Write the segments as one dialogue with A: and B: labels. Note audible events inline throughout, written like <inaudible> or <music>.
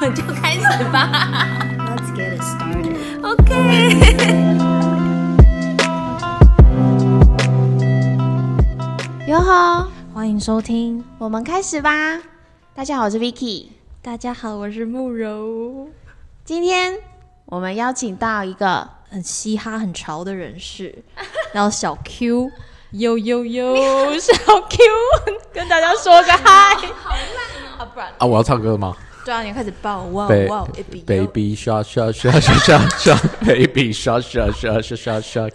A: 们就开始吧。
B: Let's get it started.
A: OK，
C: 哟吼，
A: 欢迎收听。
C: 我们开始吧。大家好，我是 Vicky。
A: 大家好，我是慕柔，
C: 今天我们邀请到一个，
A: 很嘻哈、很潮的
B: <laughs>
A: 人士，然后小 Q。呦呦 <laughs> 呦，小 Q，跟大家说个嗨！
D: 啊，我要唱歌吗
A: 对啊，你开始爆哇
D: ？Ba-
A: 哇！A B
D: ？Baby shark shark shark shark shark shark，Baby shark shark shark shark shark shark。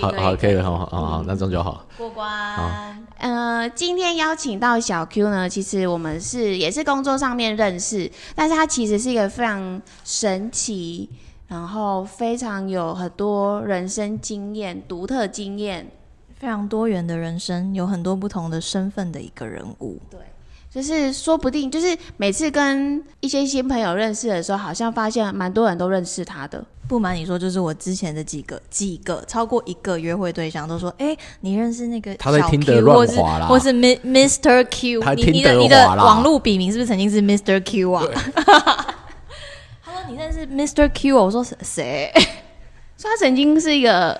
D: 好好，可以，好好好好，那这样就好。
A: 过关。
C: 呃，今天邀请到小 Q 呢，其实我们是也是工作上面认识，但是他其实是一个非常神奇，然后非常有很多人生经验、独特经验，
A: 非常多元的人生，有很多不同的身份的一个人物。
C: 就是说不定就是每次跟一些新朋友认识的时候，好像发现蛮多人都认识他的。
A: 不瞒你说，就是我之前的几个几个超过一个约会对象都说，哎、你认识那个
D: 他在
A: 小 Q，
D: 听得乱
A: 或是
D: 滑啦
A: 或是 Mi- Mr. Q，
D: 他
A: 你你
D: 听得
A: 的你的
D: 滑啦
A: 网络笔名是不是曾经是 Mr. Q <laughs> 啊？他说你认识 Mr. Q，哦我说谁？
C: 所以他曾经是一个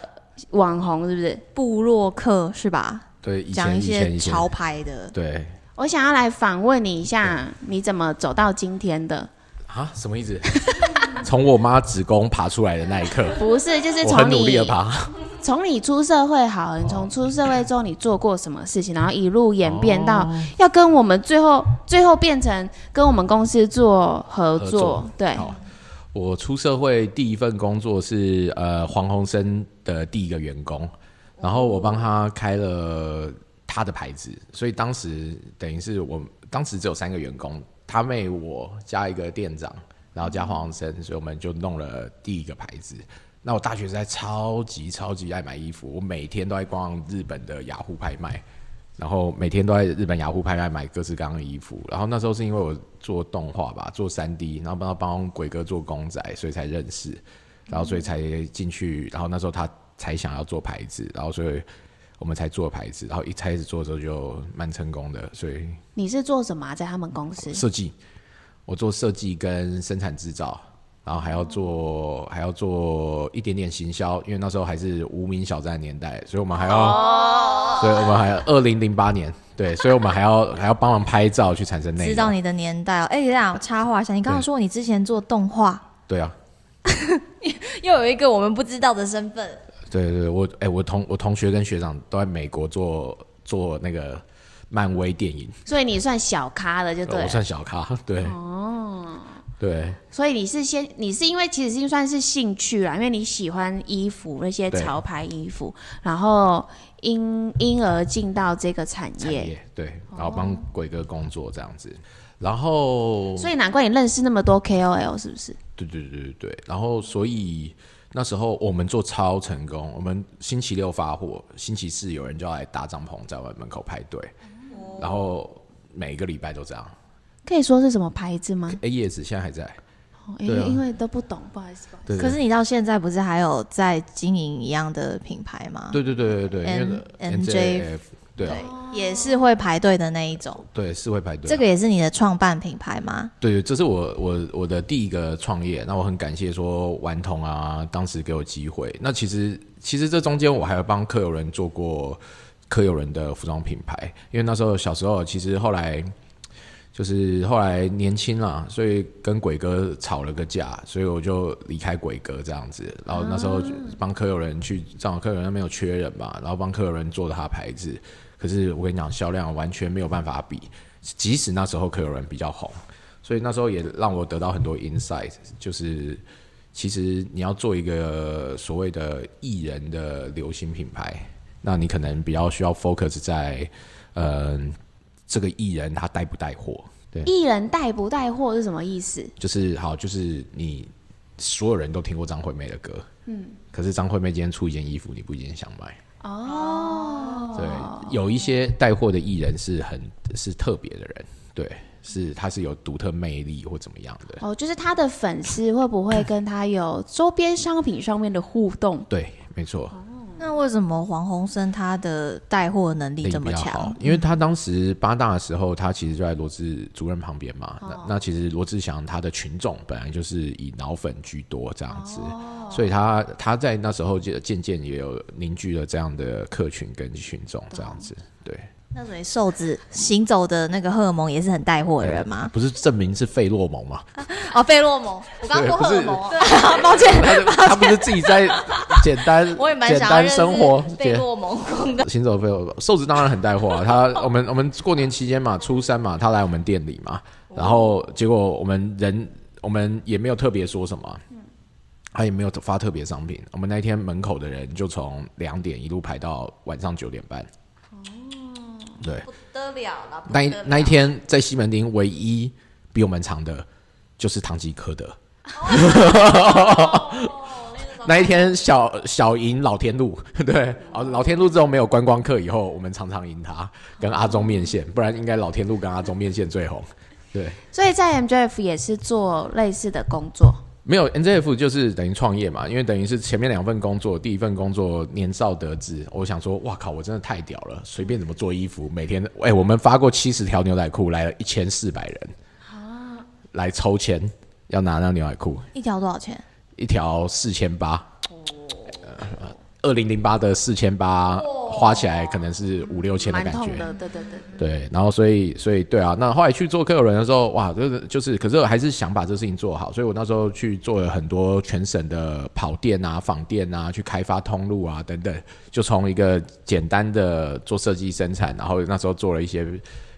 C: 网红，是不是？
A: 布洛克是吧？
D: 对，以
A: 讲
D: 前
A: 一
D: 以前
A: 些
D: 以前，
A: 潮牌的，
D: 对
C: 我想要来访问你一下，你怎么走到今天的？
D: 啊，什么意
A: <laughs>
D: 思？ <laughs> 从我妈子宫爬出来的那一刻，
C: 不是，就是
D: 我很
C: 从
D: 努力
C: 你
D: 的爬。
C: 从你出社会好，你从出社会之后你做过什么事情，然后一路演变到
D: 哦
C: 要跟我们最后最后变成跟我们公司做合作，
D: 合作
C: 对，
D: 好我出社会第一份工作是呃黄鸿升的第一个员工，然后我帮他开了他的牌子，所以当时等于是我当时只有三个员工，他妹我加一个店长，然后加黄鸿升，所以我们就弄了第一个牌子。那我大学时代超级超级爱买衣服，我每天都在逛日本的雅虎拍卖，然后每天都在日本雅虎拍卖买各式各样的衣服。然后那时候是因为我做动画吧，做三 D，然后帮他帮鬼哥做公仔，所以才认识，然后所以才进去。然后那时候他才想要做牌子，然后所以我们才做牌子。然后一开始做的时候就蛮成功的，所以
C: 你是做什么啊、在他们公司？
D: 设计，我做设计跟生产制造，然后还要做、还要做一点点行销，因为那时候还是无名小站的年代，所以我们还要，
A: 哦
D: 所以我们还要二零零八年，对，所以我们还要还要帮忙拍照去产生内容。
A: 知道你的年代哦。哎、等一下我插话一下，你刚刚
D: 对
A: 说你之前做动画，
D: 对啊，
A: 又有一个我们不知道的身份。
D: 对对对，我哎、我同我同学跟学长都在美国做做那个漫威电影，
C: 所以你算小咖了，就对
D: 我
C: 了。
D: 算小咖，对，哦，对。
C: 所以你是先，你是因为其实是算是兴趣啦，因为你喜欢衣服那些
D: 对
C: 潮牌衣服，然后因因而进到这个产
D: 产
C: 业，
D: 业对，
A: 哦
D: 然后帮鬼哥工作这样子，然后
C: 所以难怪你认识那么多 KOL，是不是？
D: 对对对对对，然后所以那时候我们做超成功，我们星期六发货，星期四有人就要来搭帐篷在我们门口排队，然后每个礼拜都这样。
C: 可以说是什么牌子吗？
D: 哎，叶子现在还在，
C: 哦因
D: 对
C: 为、
D: 啊
C: 因为都不懂，不好意思，不好意思
D: 对
A: 可
D: 对
A: 是你到现在不是还有在经营一样的品牌吗？
D: 对对对对对，因为
A: M-
D: NJF 对啊，
A: 也是会排队的那一种。
D: 对是会排队啊，
A: 这个也是你的创办品牌吗？
D: 对，这是我我我的第一个创业，那我很感谢说顽童啊，当时给我机会。那其实其实这中间我还有帮客友人做过客友人的服装品牌，因为那时候小时候其实后来就是后来年轻了，所以跟鬼哥吵了个架，所以我就离开鬼哥这样子。然后那时候就帮客友人去正好客友人那边有缺人嘛，然后帮客友人做他牌子。可是我跟你讲，销量完全没有办法比，即使那时候客友人比较红，所以那时候也让我得到很多 insight，就是其实你要做一个所谓的艺人的流行品牌，那你可能比较需要 focus 在嗯、这个艺人他带不带货，对，
C: 艺人带不带货是什么意思？
D: 就是好，就是你所有人都听过张惠妹的歌，嗯，可是张惠妹今天出一件衣服，你不一定想买。
C: 哦，
D: 对，有一些带货的艺人是很是特别的人，对，是他是有独特魅力或怎么样的，
C: 哦，就是他的粉丝会不会跟他有周边商品上面的互动？
D: 对，没错。
A: 那为什么黄鸿升他的带货能力
D: 力
A: 这
D: 比
A: 么
D: 较好
A: 强？，嗯
D: 因为他当时八大的时候，他其实就在罗志主任旁边嘛。
A: 哦
D: 那那其实罗志祥他的群众本来就是以脑粉居多这样子，
A: 哦
D: 所以他他在那时候就渐渐也有凝聚了这样的客群跟群众这样子。对，
A: 那所以瘦子行走的那个荷尔蒙也是很带货的人吗？ <laughs>
D: 不是证明是费洛蒙嘛？
A: 哦，费洛蒙，我刚
D: 对，
A: 说
D: 不
A: 荷
D: 是
A: 尔蒙，啊，抱歉，
D: 他就他不是自己在简单
A: <laughs> 我也蛮
D: 简
A: 想要
D: 单
A: 认识
D: 生活
A: 费
D: 简
A: 洛蒙 <laughs> 宫的。
D: <laughs> 行走费用，瘦子当然很带货 <laughs> 啊。他我们我们过年期间嘛，初三嘛，他来我们店里嘛，然后结果我们人我们也没有特别说什么，他也没有发特别商品。我们那天门口的人就从两点一路排到晚上九点半。哦，对，
A: 不得了了，
D: 那一那一天在西门町唯一比我们长的，就是唐吉诃德。 <laughs> 那一天小小赢老天路，对，哦，老天路之后没有观光客以后，我们常常赢他，跟阿中面线，不然应该老天路跟阿中面线最红。对，
C: 所以在 MJF 也是做类似的工作，
D: 没有 NJF 就是等于创业嘛，因为等于是前面两份工作，第一份工作年少得志，我想说，哇靠，我真的太屌了，随便怎么做衣服，每天，哎、我们发过七十条牛仔裤，来了一千四百人，来抽签要拿那牛仔裤，
A: 一条多少钱？
D: 一条四千八，呃二零零八的四千八花起来可能是五六千的
C: 蛮
D: 感觉，
C: 痛的，对对对。
D: 对，然后所以所以对啊，那后来去做客友人的时候，哇，就是就是，可是我还是想把这事情做好，所以我那时候去做了很多全省的跑店啊、访店啊，去开发通路啊等等，就从一个简单的做设计生产，然后那时候做了一些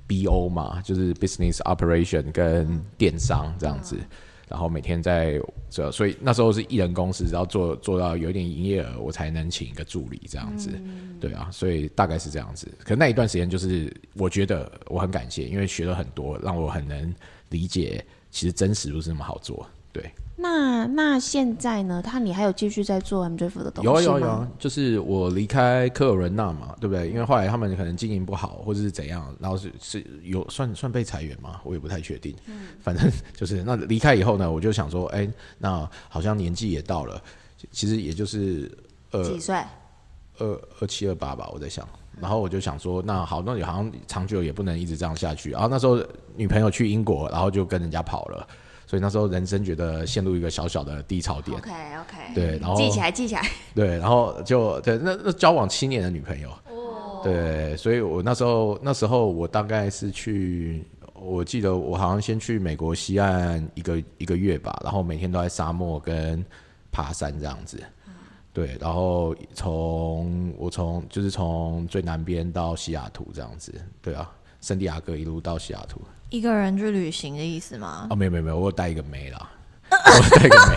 D: BO 嘛，就是 business operation 跟电商这样子。然后每天在这，所以那时候是艺人公司，然后做做到有一点营业额，我才能请一个助理这样子，对啊，所以大概是这样子。可那一段时间就是，我觉得我很感谢，因为学了很多，让我很能理解，其实真实不是那么好做。对，
C: 那那现在呢？他你还有继续在做 MJF 的东西
D: 有
C: 吗？
D: 啊有啊有啊，就是我离开科尔伦纳嘛，对不对？因为后来他们可能经营不好，或者是怎样，然后是是有算算被裁员嘛，我也不太确定。反正就是那离开以后呢，我就想说，哎、那好像年纪也到了，其其实也就是呃
C: 几岁？
D: 二二七二八吧，我在想。然后我就想说，那好，那你好像长久也不能一直这样下去。然后那时候女朋友去英国，然后就跟人家跑了，所以那时候人生觉得陷入一个小小的低潮点。
C: OK OK，
D: 对然后
C: 记起来记起来。
D: 对，然后就对那那交往七年的女朋友，对，所以我那时候那时候我大概是去，我记得我好像先去美国西岸一个一个月吧，然后每天都在沙漠跟爬山这样子，对，然后从我从就是从最南边到西雅图这样子，对啊，圣地亚哥一路到西雅图，
A: 一个人去旅行的意思吗？
D: 哦，没有没有没有，我有带一个妹啦，我有带一个妹，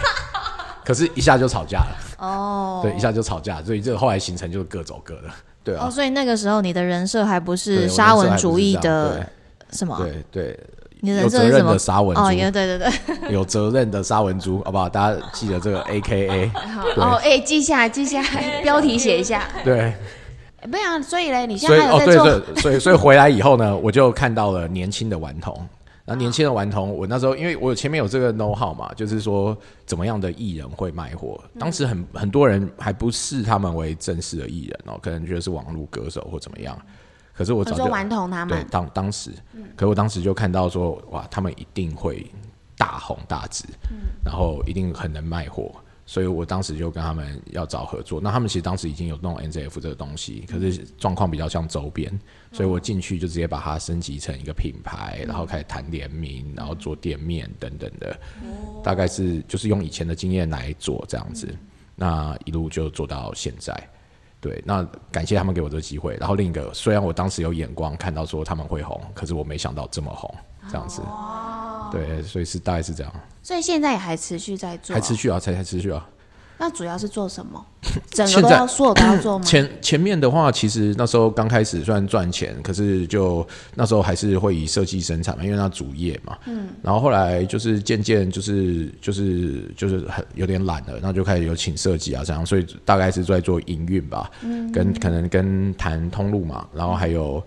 D: 可是一下就吵架了。
A: 哦，
D: 对，一下就吵架，所以这个后来行程就是各走各的，对啊
A: 哦，，所以那个时候你的人设还不是
D: 对
A: 沙文主义的，
D: 我
A: 什么啊？
D: 那时候还不是这样对对对，
A: 你的
D: 有
A: 人设
D: 责
A: 是什
D: 任
A: 么
D: 的？沙文
A: 哦，也
D: 猪，
A: 对对对，
D: 有责任的沙文猪，好不好？大家记得这个 A
A: <laughs>
D: K A，对
C: <laughs> 哦，哎、记下来记下来，标题写一下。
D: 对，
C: 哎不然，所以嘞，你现
D: 所以
C: 在还有
D: 哦
C: 在
D: 对
C: 做？
D: 对，所以所以回来以后呢，我就看到了年轻的顽童。然后年轻的顽童，我那时候因为我前面有这个 know how 嘛，就是说怎么样的艺人会卖货。
A: 嗯
D: 当时很很多人还不视他们为正式的艺人哦，可能觉得是网络歌手或怎么样。可
A: 哦
D: 是我
C: 我
D: 早就
C: 说顽童他
D: 对
C: 们，
D: 当当时，可我当时就看到说，哇，他们一定会大红大紫，然后一定很能卖货，所以我当时就跟他们要找合作。那他们其实当时已经有弄 NZF 这个东西，可是状况比较像周边，所以我进去就直接把它升级成一个品牌，然后开始谈联名，然后做店面等等的，大概是就是用以前的经验来做这样子，那一路就做到现在。对，那感谢他们给我这个机会。然后另一个，虽然我当时有眼光看到说他们会红，可是我没想到这么红，这样子。对，所以是大概是这样，
C: 所以现在也还持续在做。
D: 还持续啊，才还持续啊。
C: 那主要是做什
D: <laughs>
C: 么？整个
D: 现
C: 都
D: 在
C: 要
D: <clears throat>
C: 所有都要做吗？
D: 前前面的话，其实那时候刚开始虽然赚钱，可是就那时候还是会以设计生产嘛，因为那主业嘛。嗯。然后后来就是渐渐就是就是就是很有点懒了，那就开始有请设计啊这样，所以大概是在做营运吧，嗯、跟可能跟谈通路嘛，然后还有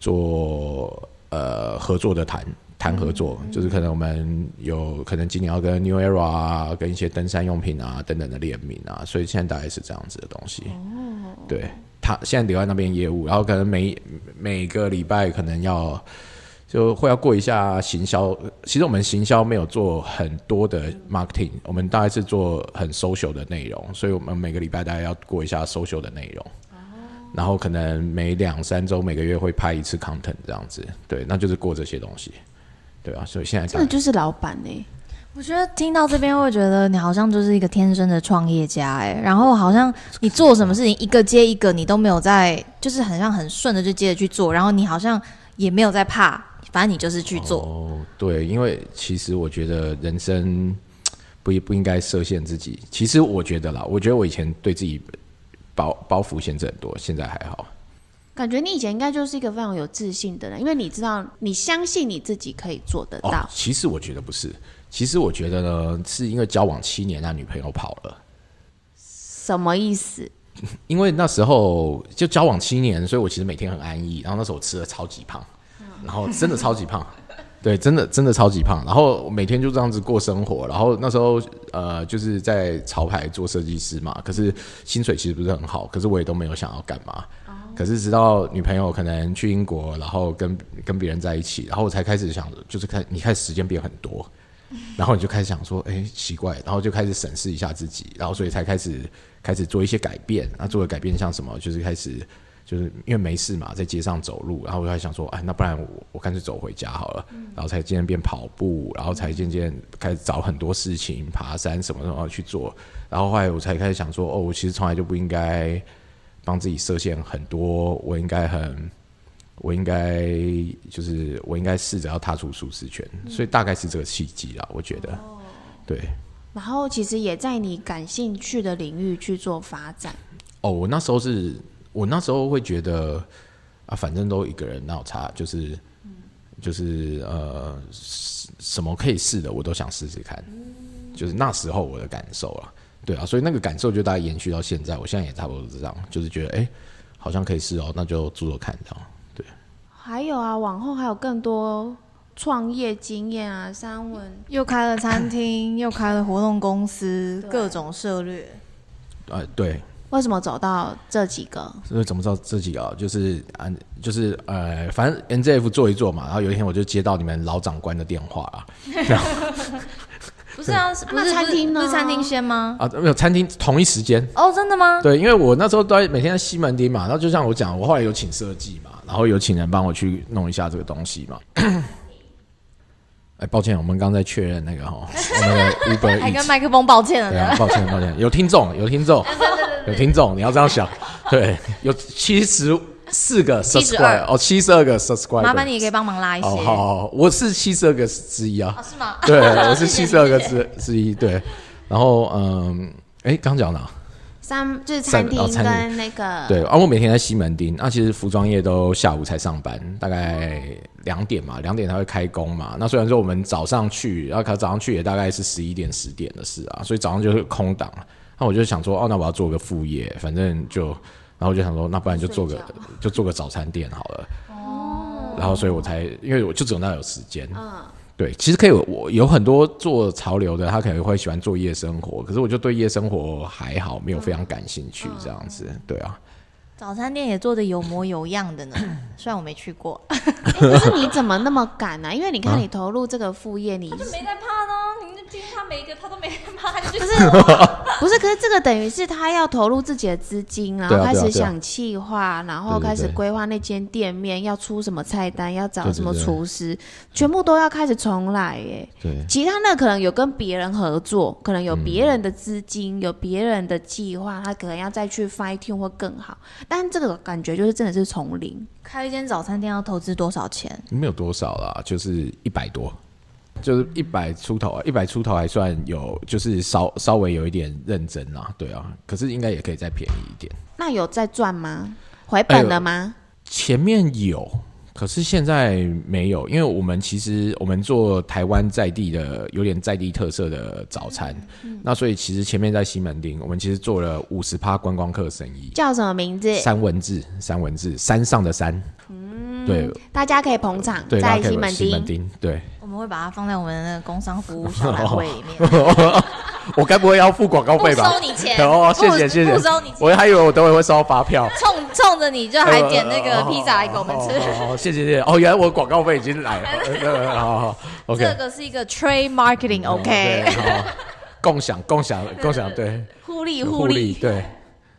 D: 做呃合作的谈谈合作，就是可能我们有可能今年要跟 New Era 啊，跟一些登山用品啊等等的联名啊，所以现在大概是这样子的东西。对他现在留在那边业务，然后可能每每个礼拜可能要就会要过一下行销。其实我们行销没有做很多的 marketing，我们大概是做很 social 的内容，所以我们每个礼拜大概要过一下 social 的内容。然后可能每两三周、每个月会拍一次 content 这样子，对，那就是过这些东西，对啊，所以现在
C: 真
D: 大
C: 的
D: 概
C: 就是老板哎、
A: 我觉得听到这边会觉得你好像就是一个天生的创业家哎、然后好像你做什么事情一个接一个，你都没有在，就是很像很顺的就接着去做，然后你好像也没有在怕，反正你就是去做。
D: 哦，对，因为其实我觉得人生不不应该设限自己。其实我觉得啦，我觉得我以前对自己包包袱限制很多，现在还好。
C: 感觉你以前应该就是一个非常有自信的人，因为你知道，你相信你自己可以做得到
D: 哦，。其实我觉得不是，其实我觉得呢，是因为交往七年，那女朋友跑了。
C: 什么意思？
D: 因为那时候就交往七年，所以我其实每天很安逸。然后那时候我吃的超级胖，然后真的超级胖， <laughs> 对，真的真的超级胖。然后每天就这样子过生活。然后那时候呃，就是在潮牌做设计师嘛，可是薪水其实不是很好，可是我也都没有想要干嘛。可是直到女朋友可能去英国，然后跟跟别人在一起，然后我才开始想，就是开你开始时间变很多，然后你就开始想说，哎、奇怪，然后就开始审视一下自己，然后所以才开始开始做一些改变。那做的改变像什么？就是开始就是因为没事嘛，在街上走路，然后我还想说，哎，那不然我我干脆走回家好了。然后才渐渐变跑步，然后才渐渐开始找很多事情，爬山什么什么去做。然后后来我才开始想说，哦，我其实从来就不应该帮自己设限很多，我应该很。我应该就是我应该试着要踏出舒适圈，所以大概是这个契机啦，我觉得。对，
C: 然后其实也在你感兴趣的领域去做发展。
D: 哦，我那时候是我那时候会觉得啊，反正都一个人，那有差，就是、就是呃，什什么可以试的，我都想试试看，就是那时候我的感受啊，对啊，所以那个感受就大概延续到现在，我现在也差不多是这样，就是觉得哎、好像可以试哦，那就做做看，这样。
C: 还有啊，往后还有更多创业经验啊，三文
A: 又开了餐厅，又开了活动公司，各种策略。
D: 呃，对，
C: 为什么走到这几个？
D: 所以怎么知道自己啊？就是啊，就是呃，反正 NZF 做一做嘛。然后有一天我就接到你们老长官的电话了
A: 不是啊，是不
C: 那
A: 是
C: 餐厅呢
A: 不是餐厅先吗？
D: 啊，没有餐厅同一时间。
A: 哦，真的 <laughs> 吗？
D: 对，因为我那时候都在每天在西门町嘛，然后就像我讲，我后来有请设计嘛，然后有请人帮我去弄一下这个东西嘛。 <coughs> 哎，抱歉，我们刚才确认那个
A: <laughs>
D: 哈，我们的 Uber
A: 还
D: Eats
A: 跟麦克风抱歉了
D: 对
A: 呢。
D: 啊，抱歉抱歉，有听众有听
A: <laughs>
D: 众有听众，你要这样想，对，有七十四个 subscribe 哦，七十二个 subscribe，
A: 麻烦你也可以帮忙拉一些。
D: 哦，好好，好我是七十二个之一啊
A: 哦，，是吗？
D: 对，我是
A: <laughs> 谢谢
D: 七十二个之之一，对。然后嗯，哎，刚讲哪？
C: 三就是餐厅
D: 三哦餐
C: 跟
D: 厅
C: 那个 <laughs>
D: 对，啊，我每天在西门町，那、其实服装业都下午才上班，大概两点嘛，两点才会开工嘛。那虽然说我们早上去，然后可早上去也大概是十一点十点的事啊，所以早上就是空档。那我就想说，哦，那我要做个副业，反正就，然后我就想说，那不然就做个就做个早餐店好了。哦。然后，所以我才，因为我就只有那有时间。对，其实可以，我有很多做潮流的，他可能会喜欢做夜生活，可是我就对夜生活还好，没有非常感兴趣这样子。对啊，
A: 早餐店也做的有模有样的呢，虽然我没去过。
C: 哎可是你怎么那么敢啊呢、因为你看
D: 啊
C: 你投入这个副业，你
E: 没在怕呢，你就听他每一个他都没在怕，他就
C: 不是，可是这个等于是他要投入自己的资金，然
D: 对
C: 后
D: 啊
C: 开始
D: 对啊对啊
C: 想企划，然后
D: 对对啊
C: 开始
D: 对
C: 规划那间店面要出什么菜单，要找
D: 对对
C: 什么
D: 对
C: 厨师，全部都要开始重来耶。
D: 对
C: 其他那可能有跟别人合作，可能有别人的资金，有别人的计划，他可能要再去 fine tune 或更好。但这个感觉就是真的是从零，
A: 开一间早餐店要投资多少钱？
D: 没有多少啦，就是一百多，就是一百出头啊，一百出头还算有，就是稍稍微有一点认真啦，对啊，可是应该也可以再便宜一点。
C: 那有在赚吗？回本
D: 哎
C: 了
D: 呦
C: 吗？
D: 前面有，可是现在没有，因为我们其实我们做台湾在地的有点在地特色的早餐，
C: 嗯
D: 那所以其实前面在西门町，我们其实做了五十趴观光客生意，
C: 叫什么名字？
D: 三文治，三文治，山上的山，对
C: 大家可以捧场，
D: 对，
C: 嗯在
D: 大家可以
C: 西门
D: 西门
C: 町。
D: 町，对，
A: 们会把它放在我们的那个工商服务小栏位里面，
D: <laughs> 我 <laughs> 该不会要付广告
A: 不
D: 费吧？
A: 收你钱，
D: 哦，谢谢
A: 不
D: 谢
A: 不
D: 谢
A: 收你，钱，
D: 我还以为我等会会收到发票。呃
A: 冲冲着你 <laughs> 就还点那个披萨来给我们吃。
D: 哦，哦哦谢谢谢谢。哦，原来我广告费已
A: <laughs>
D: 经来了。呃好好，OK 嗯
A: 这。个是一个 trade marketing，OK，、
D: 哦对好共享共享共享，对，
C: 互利
D: 互利，对。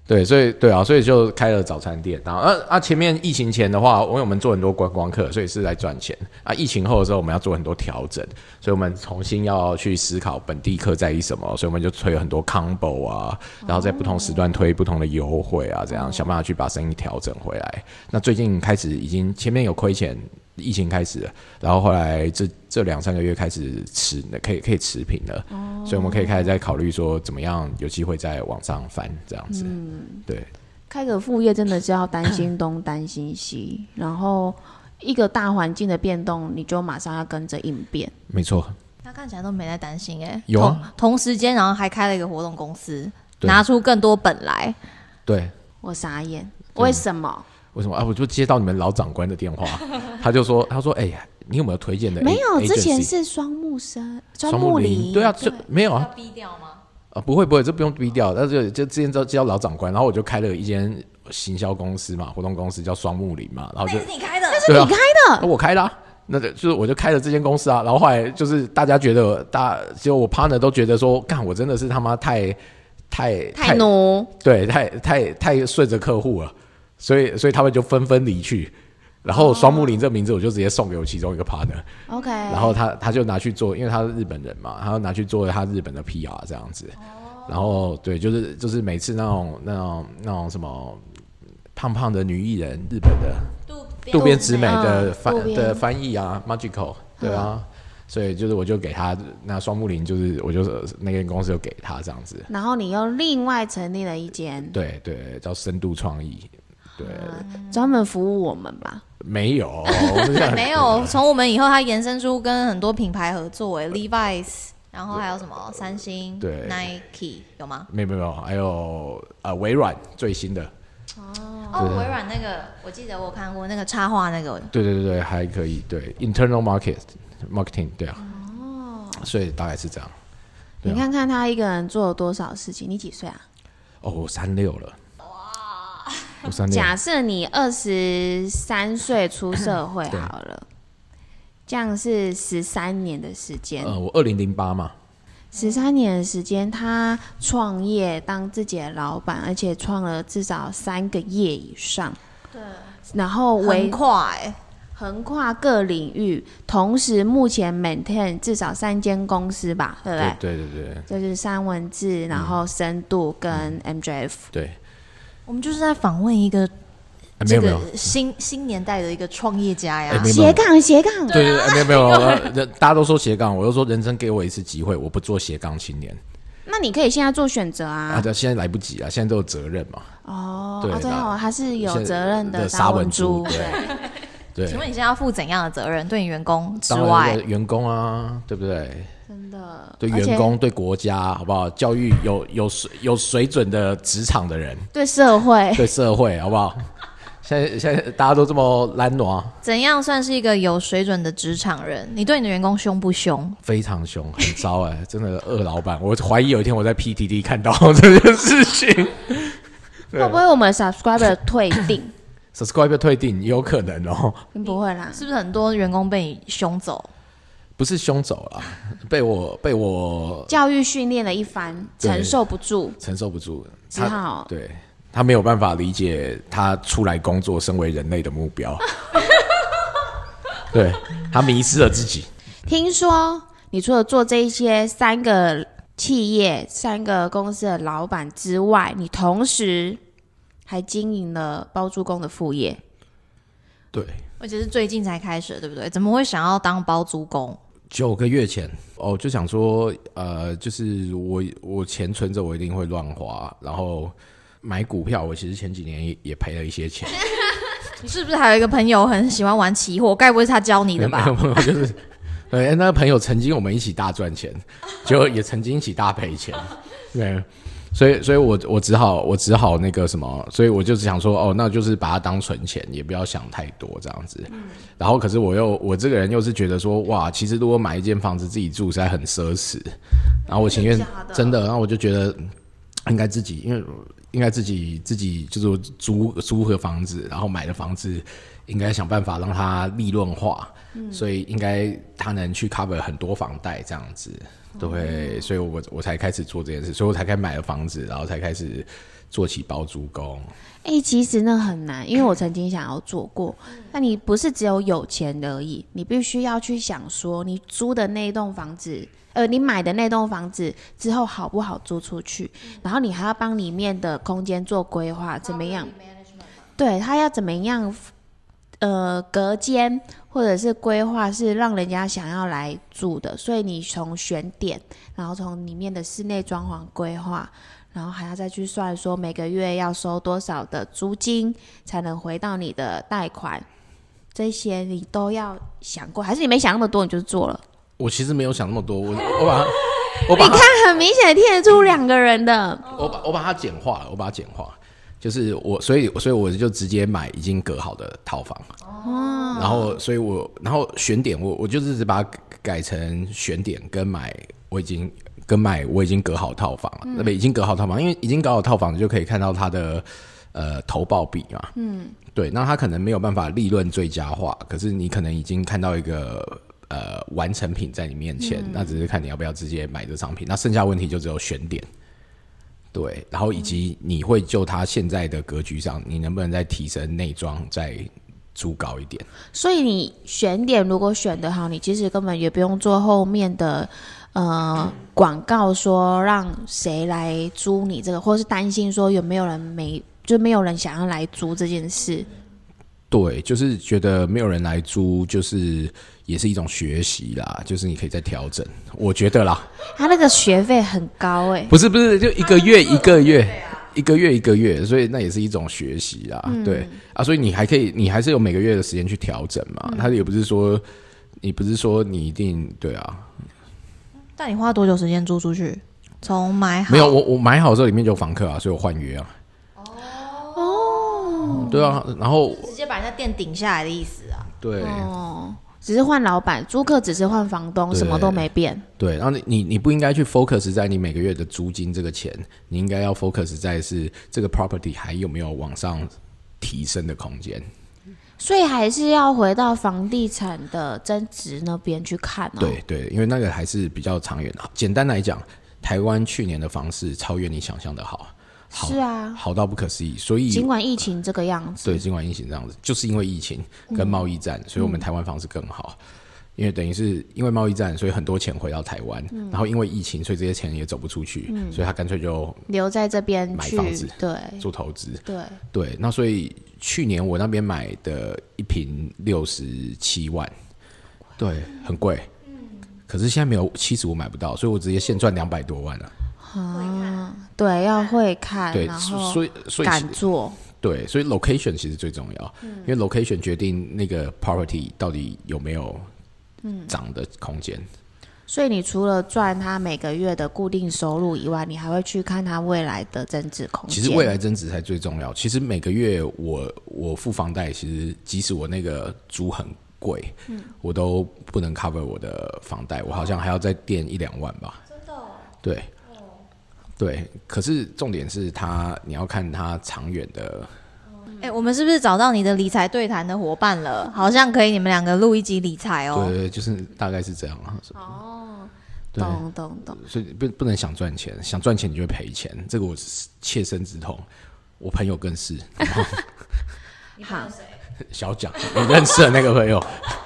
D: 对，所以对啊，所以就开了早餐店。然后，啊啊，前面疫情前的话，因为我们做很多观光客，所以是来赚钱。啊，疫情后的时候，我们要做很多调整，所以我们重新要去思考本地客在意什么，所以我们就推很多 combo 啊，然后在不同时段推不同的优惠啊，这样想办法去把生意调整回来。那最近开始已经前面有亏钱，疫情开始了，然后后来这这两三个月开始持可以可以持平了，
C: 哦
D: 所以我们可以开始在考虑说怎么样有机会再往上翻这样子。
C: 嗯
D: 对，
C: 开个副业真的是要担心东担心西，然后一个大环境的变动，你就马上要跟着应变。
D: 没错，
A: 他看起来都没在担心哎、
D: 有啊
A: 同同时间，然后还开了一个活动公司，
D: 对
A: 拿出更多本来，
D: 对。
C: 我傻眼，
D: 哎
C: 为什么？
D: 为什么啊？我就接到你们老长官的电话， <laughs> 他就说，他说，哎、呀，你有没有推荐的 a-
C: 没有，
D: agency？
C: 之前是双木生、
D: 哎双
C: 木
D: 木
C: 林，
D: 林，对啊，就没有
E: 要
D: 啊，
E: 逼掉吗？
D: 啊，不会不会，这不用逼掉，但是就之前就接到老长官，然后我就开了一间行销公司嘛，活动公司叫双木林嘛，然后就
E: 那是你开的，
D: 对啊
C: 你开的
D: 啊我开啦、那个就是我就开了这间公司啊，然后后来就是大家觉得大，就我 partner 都觉得说，干我真的是他妈太太
C: 太奴，
D: 对，太太太顺着客户了，所以所以他们就纷纷离去。然后双木林这名字我就直接送给我其中一个 partner，、
C: OK，
D: 然后他他就拿去做，因为他是日本人嘛，他就拿去做他日本的 PR 这样子。
C: 哦
D: 然后对，就是就是每次那种那种那种什么胖胖的女艺人，日本的
E: 渡
D: 渡边直美的
C: 嗯
D: 翻、
C: 渡边
D: 的翻译啊，Magical，对啊，所以就是我就给他那双木林，就是我就那间公司就给他这样子。
C: 然后你又另外成立了一间，
D: 对对，叫深度创意。对，
C: 专门服务我们吧。
D: 没有，我们这
A: <laughs> 没有从我们以后，他延伸出跟很多品牌合作哎、Levi's，然后还有什么三星、
D: 对
A: Nike 有吗？
D: 没有没有没有，还有呃微软最新的，
A: 哦，微软那个我记得我有看过那个插画那个，
D: 对对对对，还可以，对 internal market marketing，对啊，哦，所以大概是这样。对啊
C: 你看看他一个人做了多少事情？你几岁啊？
D: 哦，我三六了，哇，我三六，
C: 假设你二十三岁出社会
D: 对
C: 好了，这样是十三年的时间。
D: 呃，我二零零八嘛，
C: 十三年的时间，他创业当自己的老板，而且创了至少三个业以上。对，然后
A: 很
C: 为
A: 跨哎、
C: 横跨各领域，同时目前 maintain 至少三间公司吧，对不对？
D: 对对对对
C: 就是三文
D: 嗯
C: 治，然后深度跟 MJF。
D: 对，
A: 我们就是在访问一个
D: 啊没
A: 这
D: 有没
A: 个
D: 有，
A: 新新年代的一个创业家呀
D: 哎，没有
C: 斜杠斜
A: 嗯
C: 杠，
D: 对对对，没有没有，呃人 <laughs> 大家都说斜杠，我就说人生给我一次机会，我不做斜杠青年
C: 那你可以现在做选择啊
D: 啊，。这现在来不及了，现在都有责任嘛，
C: 哦，
D: 对
C: 哦对
D: 那
C: 哦，他是有
D: 现在
C: 责任的
D: 的沙
C: 文
D: 文
C: 猪
D: 猪，对对，
A: 请问你现在要负怎样的责任？对你员工之
D: 当然
A: 外
D: 对，员工啊，对不对？
C: 真的
D: 对
C: 而且
D: 员工、对国家，好不好？教育有有水有水准的职场的
A: <laughs>
D: 人，
C: 对社会，
D: 对社会，好不好？现在现在大家都这么懒惰，啊
A: 怎样算是一个有水准的职场人？你对你的员工凶不凶？
D: 非常凶，很糟哎、 <laughs> 真的恶老板，我怀疑有一天我在 PTT 看到这件事情。
C: 会不会我们 subscriber 退订？
D: subscribe 退订有可能哦，
C: 不会啦，
A: 是不是很多员工被你凶走？
D: 不是凶走了，被我被我
C: 教育训练了一番，
D: 对
C: 承受不住，
D: 承受不住，
C: 只
D: 他
C: 好
D: 对他没有办法理解他出来工作身为人类的目标，对他迷失了自己。
C: 听说你除了做这一些三个企业、三个公司的老板之外，你同时还经营了包租公的副业。
D: 对，
A: 而且是最近才开始的，对不对？怎么会想要当包租公？
D: 九个月前哦，就想说，呃，就是我我钱存着，我一定会乱花，然后买股票，我其实前几年也也赔了一些钱，
A: 你是不是还有一个朋友很喜欢玩期货？该不会是他教你的
D: 没有
A: 吧？
D: 没有， <laughs> 就是对，那个朋友曾经我们一起大赚钱，就也曾经一起大赔钱，对，所以所以我我只好我只好那个什么，所以我就只想说，哦，那就是把它当存钱，也不要想太多这样子。然后可是我又我这个人又是觉得说，哇，其实如果买一间房子自己住实在很奢侈，然后我情愿真的，然后我就觉得嗯应该自己，因为应该自己自己就是租租个房子，然后买的房子应该想办法让它利润化，所以应该它能去 cover 很多房贷这样子。对，所以我我才开始做这件事，所以我才开始买了房子，然后才开始做起包租公。
C: 哎、其实那很难，因为我曾经想要做过。那你不是只有有钱而已，你必须要去想说，你租的那一栋房子，呃，你买的那栋房子之后好不好租出去，然后你还要帮里面的空间做规划，怎么样？对他要怎么样？呃，隔间或者是规划是让人家想要来住的，所以你从选点，然后从里面的室内装潢规划，然后还要再去算说每个月要收多少的租金才能回到你的贷款，这些你都要想过，还是你没想那么多你就做了？
D: 我其实没有想那么多，我我把它我
C: <coughs>
D: 把
C: 你
D: 它
C: 看，很明显听得出两个人的，
D: 我把我把它简化了，我把它简化，就是我，所以所以我就直接买已经隔好的套房，哦，然后所以我然后选点我我就是只把它改成选点跟买我已经跟买我已经隔好套房了，那、边已经隔好套房，因为已经隔好套房你就可以看到它的呃投报比嘛，嗯，对，那它可能没有办法利润最佳化，可是你可能已经看到一个。呃，完成品在你面前，那只是看你要不要直接买这商品。那剩下问题就只有选点，对，然后以及你会就它现在的格局上，你能不能再提升内装，再租高一点？
C: 所以你选点如果选得好，你其实根本也不用做后面的呃广告说让谁来租你这个，或是担心说有没有人没就没有人想要来租这件事。
D: 对，就是觉得没有人来租，就是也是一种学习啦，就是你可以再调整，我觉得啦，
C: 他那个学费很高哎、
D: 不是不是，就一个月啊一个月。一个月一个月，所以那也是一种学习啦，对啊，所以你还可以，你还是有每个月的时间去调整嘛。他也不是说，你不是说你一定对啊，
A: 但你花多久时间租出去？从买好
D: 没有，我我买好之后里面就有房客啊，所以我换约啊。哦，对啊，然后
A: 直接把人家店顶下来的意思啊？
D: 对
C: 哦，只是换老板，租客只是换房东，
D: 对
C: 什么都没变。
D: 对，然后你你你不应该去 focus 在你每个月的租金这个钱，你应该要 focus 在是这个 property 还有没有往上提升的空间。
C: 所以还是要回到房地产的增值那边去看哦。
D: 对对，因为那个还是比较长远的。简单来讲，台湾去年的房市超越你想象的好，好
C: 是啊，
D: 好到不可思议，所以
C: 尽管疫情这个样子，
D: 对，尽管疫情这样子，就是因为疫情
C: 嗯
D: 跟贸易战，所以我们台湾房市更好。因为等于是因为贸易战，所以很多钱回到台湾，
C: 嗯
D: 然后因为疫情，所以这些钱也走不出去，所以他干脆就
C: 留在这边
D: 买
C: 去
D: 房子，
C: 对
D: 做投资。
C: 对。
D: 对，那所以去年我那边买的一瓶六十七万，对，很贵。
C: 嗯
D: 可是现在没有七十，我买不到，所以我直接现赚两百多万了、
C: 啊，对，要会看，
D: 对，
C: 啊然
D: 所
C: 后
D: 所以所以其
C: 敢做。
D: 对，所以 location 其实最重要，因为 location 决定那个 property 到底有没有涨的空间。
C: 所以你除了赚他每个月的固定收入以外，你还会去看他未来的增值空间。
D: 其实未来增值才最重要。其实每个月我我付房贷，其实即使我那个租很贵，我都不能 cover 我的房贷，我好像还要再垫一两万吧。真的？对。对，可是重点是它，你要看它长远的。
A: 哎、我们是不是找到你的理财对谈的伙伴了？好像可以，你们两个录一集理财
D: 对
A: 哦。
D: 对，对就是大概是这样啊。
C: 哦，
D: 对，
C: 懂懂懂。
D: 所以不不能想赚钱，想赚钱你就会赔钱，这个我是切身之痛。我朋友更是
C: 好，
D: <laughs> 小蒋，你认识的那个朋友， <laughs>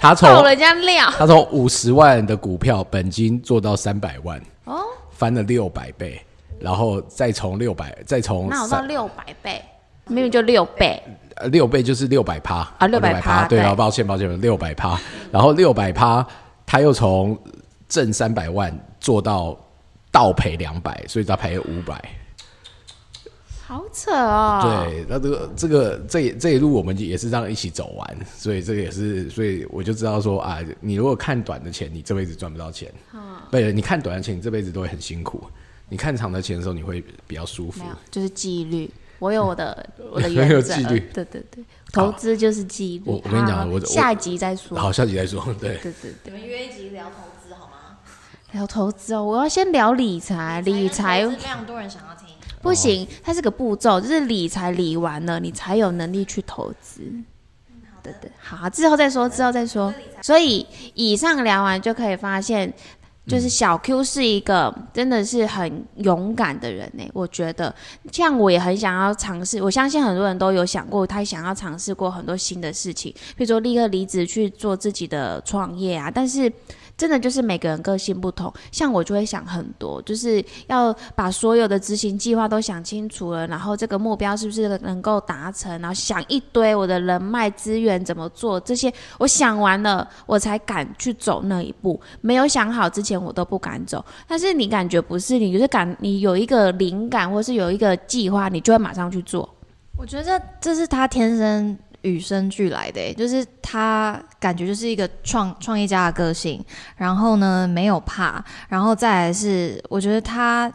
D: 他从
C: 爆人家料。
D: 他从五十万的股票本金做到三百万，哦，翻了六百倍，然后再从六百再从
C: 那我到
D: 三
C: 六百倍，明明就六倍，
D: 呃六倍就是六百趴
C: 啊600%
D: 趴，对啊，
C: 对
D: 抱歉抱歉，六百趴，然后六百趴他又从挣三百万做到倒赔两百，所以他赔了五百。
C: 好扯哦。
D: 对，那这个这个这一这一路我们也是这样一起走完，所以这个也是，所以我就知道说啊，你如果看短的钱，你这辈子赚不到钱；，不是你看短的钱，你这辈子都会很辛苦。你看长的钱的时候，你会比较舒服
C: 没有。，就是纪律。我有我
D: <laughs>
C: 的我的
D: 很
C: 原
D: 有
C: 则，
D: 纪律
C: 对对对，投资就是纪律。
D: 我我跟你讲
C: 好好
D: 我我
C: 下一集再说。
D: 好，下集再说。对，
C: 对对
A: 你
C: 对，
A: 们约一集聊投资好吗？
C: 聊投资哦，我要先聊理财，理财
A: 非常多人想要听。
C: 不行，它是个步骤，就是理财理完了，你才有能力去投资。对对，嗯好，之后再说，之后再说。所以以上聊完就可以发现，就是小 Q 是一个真的是很勇敢的人呢、我觉得，像我也很想要尝试，我相信很多人都有想过，他想要尝试过很多新的事情，比如说立刻离职去做自己的创业啊，但是。真的就是每个人个性不同，像我就会想很多，就是要把所有的执行计划都想清楚了，然后这个目标是不是能够达成，然后想一堆我的人脉资源怎么做，这些我想完了，我才敢去走那一步。没有想好之前，我都不敢走。但是你感觉不是，你就是敢，你有一个灵感，或是有一个计划，你就会马上去做。
A: 我觉得这是他天生与生俱来的、欸，就是他感觉就是一个创创业家的个性，然后呢没有怕，然后再来是我觉得他。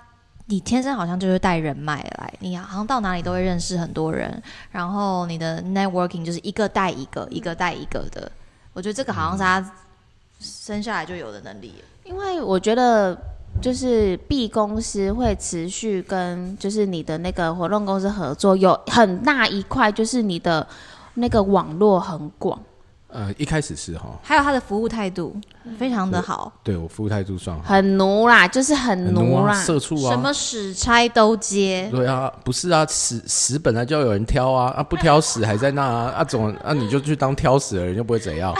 A: 你天生好像就是带人脉来，你好像到哪里都会认识很多人，然后你的 networking 就是一个带一个，一个带一个的。我觉得这个好像是他生下来就有的能力。
C: 因为我觉得就是 B 公司会持续跟就是你的那个活动公司合作，有很大一块就是你的那个网络很广。
D: 呃，一开始是哈，
A: 还有他的服务态度非常的好，
D: 对我服务态度算好，
C: 很奴啦，就是很奴
D: 啊，
C: 啦。
D: 社畜
A: 什
D: 啊
A: 么。屎差都接。
D: 对啊，不是啊，屎屎本来就要有人挑啊，啊不挑屎还在那啊，啊总啊你就去当挑屎的人，又不会怎样。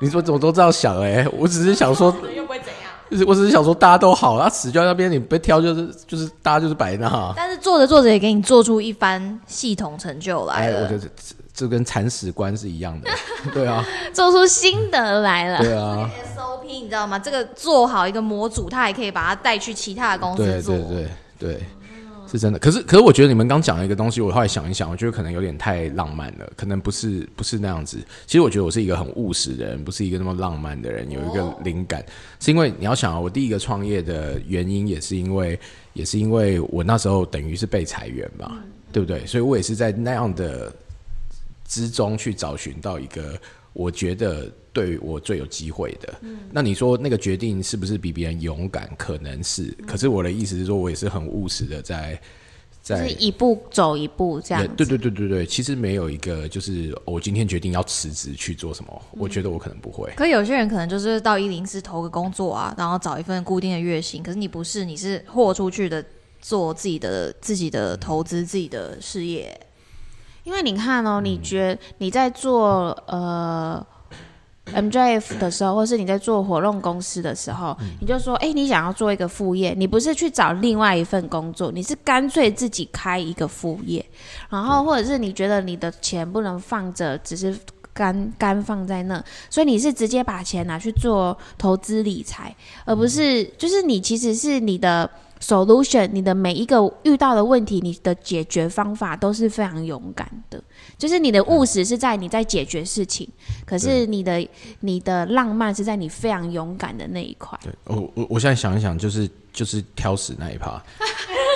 D: 你说怎么都这样想哎、我只是想说，
E: 又不会怎样。
D: 就是我只是想说大家都好，啊屎就在那边，你被挑就是就是大家就是摆那、啊。
A: 但是做着做着也给你做出一番系统成就来
D: 哎，我
A: 了，
D: 觉得这这跟铲屎官是一样的，对啊，
C: 做出心得来了。
D: 对啊，
A: SOP 你知道吗？这个做好一个模组，他还可以把它带去其他的公
D: 对
A: 司做。
D: 对对对，是真的。可是可是，我觉得你们刚讲了一个东西，我后来想一想，我觉得可能有点太浪漫了，可能不是不是那样子。其实我觉得我是一个很务实的人，不是一个那么浪漫的人。有一个灵感，是因为你要想啊，我第一个创业的原因也是因为也是因为我那时候等于是被裁员嘛，对不对？所以我也是在那样的之中去找寻到一个我觉得对我最有机会的。那你说那个决定是不是比别人勇敢？可能是，
C: 嗯
D: 可是我的意思是说，我也是很务实的在
C: 就
D: 在
C: 是一步走一步这样
D: 也
C: 子。
D: 对对对对对，其实没有一个就是、哦我今天决定要辞职去做什么，我觉得我可能不会。
A: 可有些人可能就是到一零四投个工作啊，然后找一份固定的月薪。可是你不是，你是豁出去的，做自己的自己的投资、自己的事业。
C: 因为你看哦，你觉你在做呃 MJF 的时候，或是你在做活动公司的时候，你就说，哎、你想要做一个副业，你不是去找另外一份工作，你是干脆自己开一个副业，然后或者是你觉得你的钱不能放着，只是。干干放在那，所以你是直接把钱拿去做投资理财，而不是就是你其实是你的 solution，你的每一个遇到的问题，你的解决方法都是非常勇敢的。就是你的务实是在你在解决事情，可是你的你的浪漫是在你非常勇敢的那一块。
D: 哦我我我现在想一想，就是就是挑食那一趴，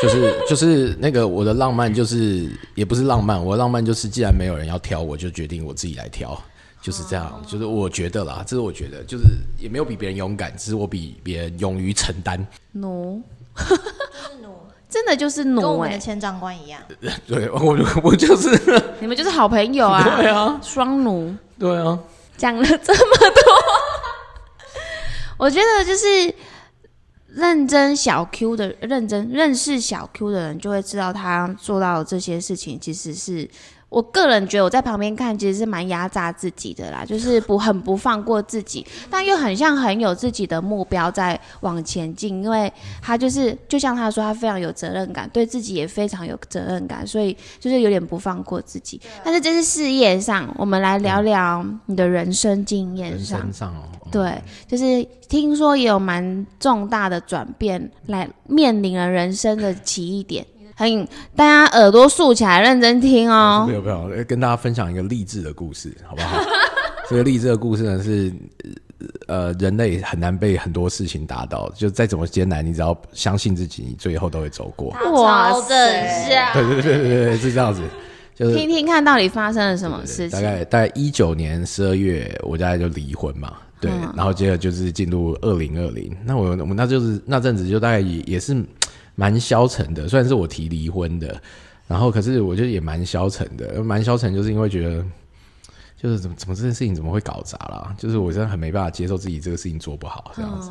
D: 就是就是那个我的浪漫，就是也不是浪漫，我的浪漫就是既然没有人要挑，我就决定我自己来挑，就是这样，就是我觉得啦，这是我觉得，就是也没有比别人勇敢，只是我比别人勇于承担。 <laughs>
C: 奴
A: 就是努，
C: <laughs> 真的就是
A: 跟我
C: 奴
A: 们
C: 哎、
A: 的前长官一样。
D: 对我我就是
C: 你们就是好朋友啊，
D: <laughs> 对啊
C: 双奴。
D: 对啊，
C: 讲了这么多，我觉得就是认真小 Q 的认真认识小 Q 的人，就会知道他做到这些事情，其实是我个人觉得我在旁边看，其实是蛮压榨自己的啦，就是不很不放过自己， <laughs> 但又很像很有自己的目标在往前进，因为他就是就像他说，他非常有责任感，对自己也非常有责任感，所以就是有点不放过自己。但是这是事业上，我们来聊聊你的人生经验
D: 人
C: 上。
D: 生上哦，哦，
C: 对，就是听说也有蛮重大的转变，来面临了人生的奇异点，很大家耳朵竖起来，认真听哦
D: 没。有没有，呃跟大家分享一个励志的故事，好不好？这个励志的故事呢是呃呃，人类很难被很多事情打倒，就再怎么艰难，你只要相信自己，你最后都会走过。
C: 哇
E: 超正向，
D: 对对对对对，对是这样子，就是
C: 听听看到底发生了什么事
D: 大
C: 情。
D: 概大概一九年十二月，我家就离婚嘛，对，然后接着就是进入二零二零，那我我们那就是那阵子就大概也也是蛮消沉的，虽然是我提离婚的，然后可是我就也蛮消沉的，蛮消沉就是因为觉得。就是怎么怎么这件事情怎么会搞砸啦？就是我真的很没办法接受自己这个事情做不好这样子，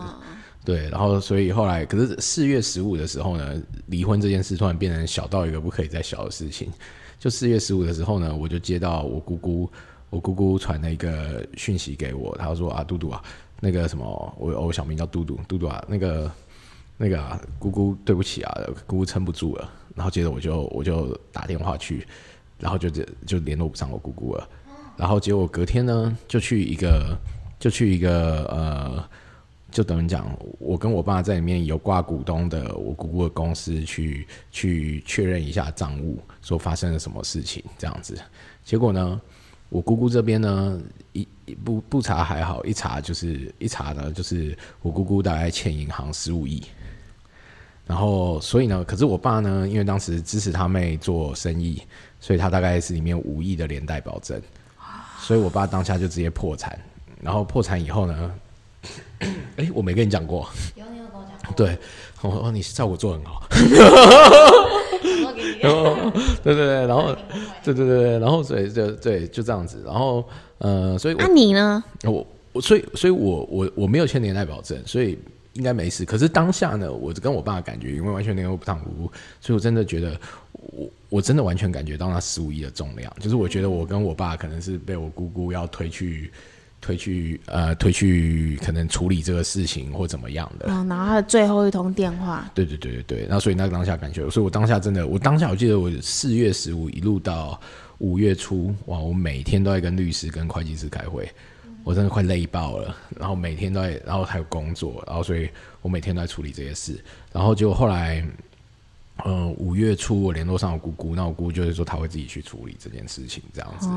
D: 对。然后所以后来，可是四月十五的时候呢，离婚这件事突然变成小到一个不可以再小的事情，就四月十五的时候呢，我就接到我姑姑，我姑姑传了一个讯息给我，她说啊，嘟嘟啊，那个什么，我我小名叫嘟嘟，嘟嘟啊，那个那个啊，姑姑对不起啊，姑姑撑不住了。然后接着我就我就打电话去，然后就就就联络不上我姑姑了。然后结果隔天呢，就去一个就去一个呃，就等于讲，我跟我爸在里面有挂股东的我姑姑的公司去去确认一下账务，说发生了什么事情这样子。结果呢，我姑姑这边呢，一一不不查还好，一查就是一查呢，就是我姑姑大概欠银行十五亿。然后，所以呢，可是我爸呢，因为当时支持他妹做生意，所以他大概是里面五亿的连带保证，所以我爸当下就直接破产。然后破产以后呢， <coughs> 哎，我没跟你讲过，有你有跟我讲过，对，我哦，你效果做得很好， <laughs> 然后对对对，然后对对对对，然后所以就对就这样子，然后呃，所以我
C: 那、啊你呢？
D: 我我所以所以我我我没有签连带保证，所以应该没事。可是当下呢，我跟我爸的感觉，因为完全联络不上无，所以我真的觉得我我真的完全感觉到那十五亿的重量，就是我觉得我跟我爸可能是被我姑姑要推去。推去呃，推去可能处理这个事情或怎么样的，
C: 哦，然后他的最后一通电话，
D: 对对对对对，那所以那个当下感觉，所以我当下真的，我当下我记得我四月十五一路到五月初，哇，我每天都在跟律师跟会计师开会，我真的快累爆了。然后每天都在，然后还有工作，然后所以我每天都在处理这些事。然后结果后来，嗯、五月初我联络上我姑姑，那我姑姑就是说她会自己去处理这件事情，这样子。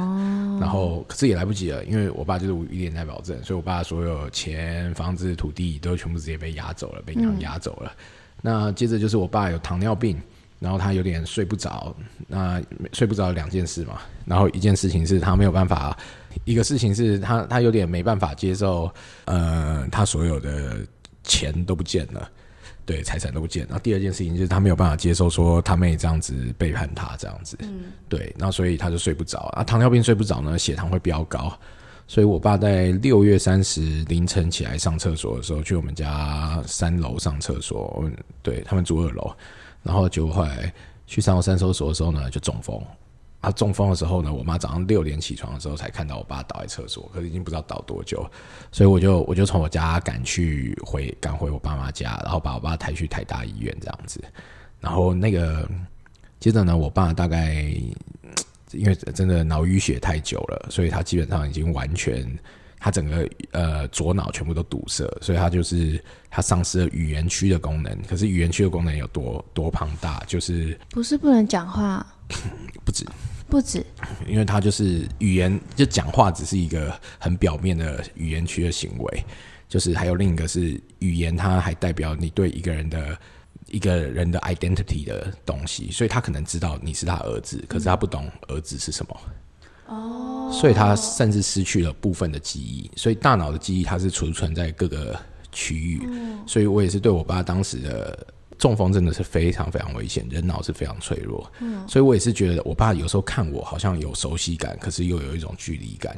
D: 然后可是也来不及了，因为我爸就是无一点在保证，所以我爸所有钱、房子、土地都全部直接被押走了，被银行押走了。那接着就是我爸有糖尿病，然后他有点睡不着，那睡不着有两件事嘛，然后一件事情是他没有办法，一个事情是他他有点没办法接受，呃，他所有的钱都不见了。对，财产都不见。然后第二件事情就是他没有办法接受说他妹这样子背叛他这样子，对，那所以他就睡不着啊。糖尿病睡不着呢，血糖会飙高，所以我爸在六月三十凌晨起来上厕所的时候，去我们家三楼上厕所，我们对他们住二楼，然后就后来去三楼上厕所的时候呢，就中风。啊，中风的时候呢，我妈早上六点起床的时候才看到我爸倒在厕所，可是已经不知道倒多久，所以我就我就从我家赶去回赶回我爸妈家，然后把我爸抬去台大医院这样子，然后那个接着呢，我爸大概因为真的脑淤血太久了，所以他基本上已经完全，他整个呃左脑全部都堵塞，所以他就是他丧失了语言区的功能。可是语言区的功能有多多庞大，就是
C: 不是不能讲话，
D: <laughs> 不止，
C: 不止
D: 因为他就是语言就讲话只是一个很表面的语言区的行为，就是还有另一个是语言，它还代表你对一个人的一个人的 identity 的东西，所以他可能知道你是他儿子，可是他不懂儿子是什么。哦，所以他甚至失去了部分的记忆，所以大脑的记忆它是储存在各个区域，所以我也是对我爸当时的中风真的是非常非常危险，人脑是非常脆弱，所以我也是觉得我爸有时候看我好像有熟悉感，可是又有一种距离感，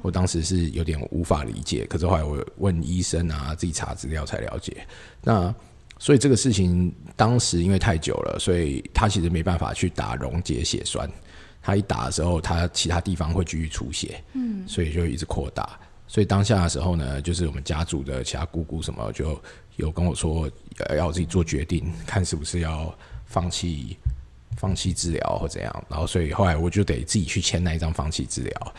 D: 我当时是有点无法理解，可是后来我问医生啊，自己查资料才了解，那。所以这个事情当时因为太久了，所以他其实没办法去打溶解血栓，他一打的时候，他其他地方会继续出血，嗯，所以就一直扩大。所以当下的时候呢，就是我们家族的其他姑姑什么就有跟我说，呃要我自己做决定，看是不是要放弃放弃治疗或怎样。然后所以后来我就得自己去签那一张放弃治疗。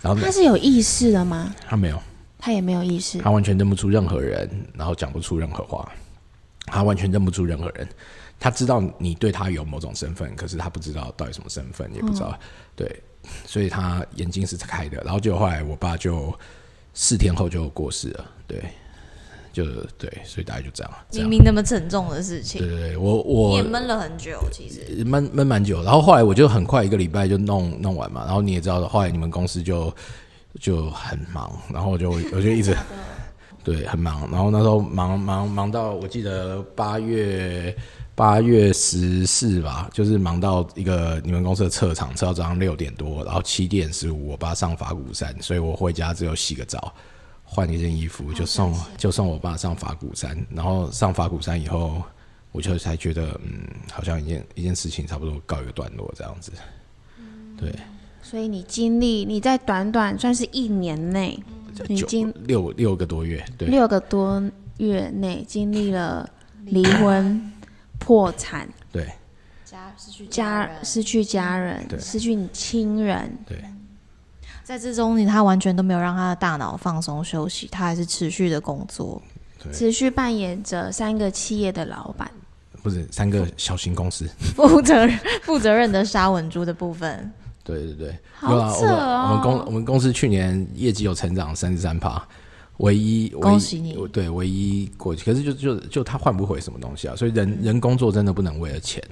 D: 然后呢
C: 他是有意识的吗？
D: 他没有，
C: 他也没有意识。
D: 他完全认不出任何人，然后讲不出任何话，他完全认不出任何人。他知道你对他有某种身份，可是他不知道到底什么身
A: 嗯
D: <laughs> 份，也不知道。对，所以他眼睛是开的。然后就后来我爸就四天后就过世了，对，就对，所以大概就这样，这
A: 明
D: 样，
A: 明那么沉重的事
D: 对
A: 情，
D: 对对，我
A: 你
D: 我
A: 也闷了很久，其实。
D: 闷闷蛮久，然后后来我就很快一个礼拜就弄弄完嘛，然后你也知道，后来你们公司就就很忙，然后我就我就一直对很忙，然后那时候忙忙忙到我记得八月八月十四吧，就是忙到一个你们公司的测场，测到早上六点多，然后七点十五我爸上法鼓山，所以我回家只有洗个澡。换一件衣服就送就送我爸上法鼓山，然后上法鼓山以后，我就才觉得，嗯，好像一件一件事情差不多告一个段落这样子。对，
C: 所以你经历你在短短算是一年内，你
D: 九
C: 经
D: 六六个多月，对
C: 六个多月内经历了离婚、破产、
D: 对
C: 家失去家人、
D: 对
C: 失去你亲人，
D: 对
A: 在这中间，他完全都没有让他的大脑放松休息，他还是持续的工
D: <laughs>
A: 作。
D: 对
C: 持续扮演着三个企业的老板。
D: 不是三个小型公司，
A: 负责负责任的杀文猪的部分，
D: 对对对，
C: 好
D: 有啊，我
C: 扯
D: 们
C: 哦
D: 我们公我们公司去年业绩有成长三十三趴，唯一唯一
A: 恭喜你
D: 对唯一过去，可是就就就他换不回什么东西啊，所以人、人工作真的不能为了钱，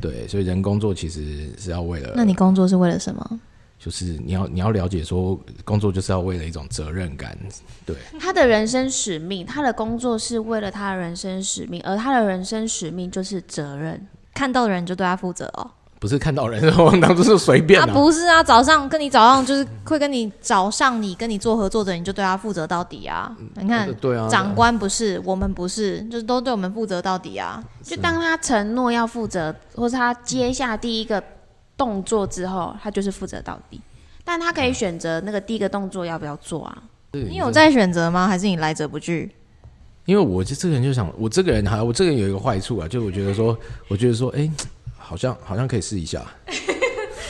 D: 对，所以人工作其实是要为了
A: 那你工作是为了什么？
D: 就是你要你要了解说工作就是要为了一种责任感，对。
C: 他的人生使命，他的工作是为了他的人生使命，而他的人生使命就是责任。
A: 看到人就对他负责哦。
D: 不是看到人，我当初是随便
A: 啊，
D: 的、啊。
A: 不是啊，早上跟你早上就是会跟你找上你跟你做合作的，你就对他负责到底啊。你看，
D: 对啊，
A: 长官不是，我们不是，就是都对我们负责到底啊。
C: 就当他承诺要负责，或是他接下第一个动作之后，他就是负责到底。但他可以选择那个第一个动作要不要做啊？
A: 你有在选择吗？还是你来者不拒？
D: 因为我就这个人就想，我这个人还我这个人有一个坏处啊，就我觉得说，我觉得说，哎、好像好像可以试一下。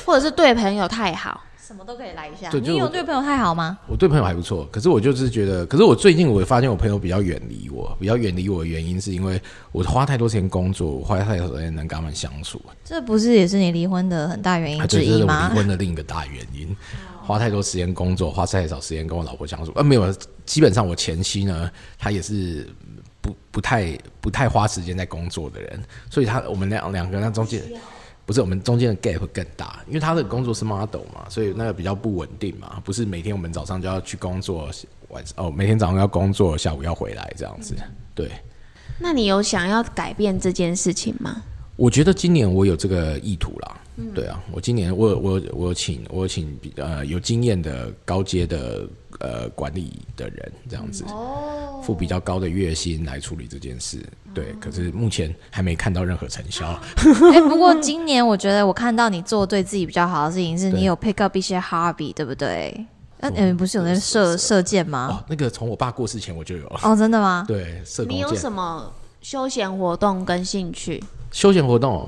C: 或者是对朋友太好，
A: 什么都可以来一下。
D: 对就
A: 你有对朋友太好吗？
D: 我对朋友还不错，可是我就是觉得，可是我最近我发现我朋友比较远离我，比较远离我的原因是因为我花太多时间工作，我花太多时间能跟他们相处，
A: 这不是也是你离婚的很大原因
D: 啊，
A: 之
D: 对，这
A: 一
D: 是我
A: 吗哦
D: 离？婚的另一个大原因。花太多时间工作，花太少时间跟我老婆相处。啊，没有，基本上我前妻呢，她也是不不太不太花时间在工作的人，所以她我们两两个人那中间。不是我们中间的 gap 会更大，因为她的工作是 model 嘛，所以那个比较不稳定嘛，不是每天我们早上就要去工作，晚哦每天早上要工作，下午要回来这样子。
A: 嗯
D: 对，
C: 那你有想要改变这件事情吗？
D: 我觉得今年我有这个意图啦，
C: 嗯
D: 对啊，我今年我有我有我有请我有请比呃有经验的高阶的呃管理的人这样
C: 嗯
D: 子，
C: 哦
D: 付比较高的月薪来处理这件事，对，可是目前还没看到任何成效，
C: 啊
A: <laughs> 哎、不过今年我觉得我看到你做对自己比较好的事情是，
D: 对
A: 你有 pick up 一些 hobby，对不对？那你们不是有在射射箭吗？
D: <laughs> 哦，那个从我爸过世前我就有了，
A: 哦，真的吗？
D: 对，社工
C: 你有
D: 健
C: 什么休闲活动跟兴趣？
D: 休闲活动，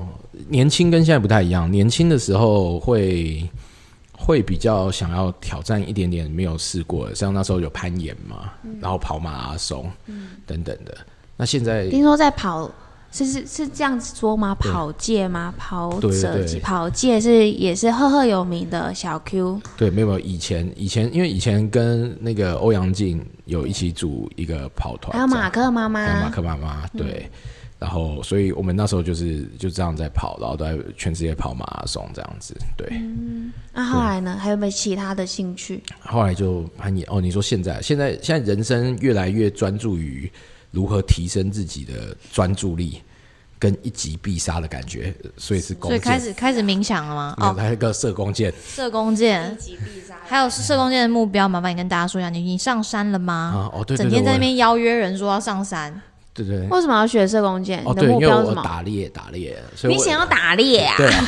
D: 年轻跟现在不太一样。年轻的时候会会比较想要挑战一点点没有试过的，像那时候有攀岩嘛，
C: 嗯
D: 然后跑马拉松、等等的。那现在
C: 听说在跑。是是是这样子说吗？跑界吗？跑
D: 对对
C: 者
D: 对
C: 界跑界是也是赫赫有名的小 Q，
D: 对没有没有以前以前，因为以前跟那个欧阳靖有一起组一个跑团，
C: 还有马克妈嗯
D: 还有马
C: 妈，
D: 克妈妈，对。然后，所以我们那时候就是就这样在跑，然后都在全世界跑马拉松这样子，对。
C: 那啊后来呢？还有没有其他的兴趣？
D: 后来就攀岩哦，你说现在现在现在人生越来越专注于如何提升自己的专注力，跟一击必杀的感觉，呃所以是弓
A: 所以
D: 箭，
A: 开始开始冥想了吗？
D: 没有
A: 哦，
D: 还有一个射弓箭
A: 射弓箭，还有射弓箭的目标，麻烦你跟大家说一下，你你上山了吗？
D: 啊，哦对对
A: 整
D: 对，
A: 天在
D: 我
A: 那边邀约人说要上山，
D: 对对对
C: 为什么要学射弓箭？
D: 哦
C: 你
D: 对，
C: 的
D: 因
C: 目
D: 为
C: 标是
D: 我
C: 什么？
D: 打猎打猎，所以
C: 你
D: 我
C: 想要打猎啊？
D: 对啊，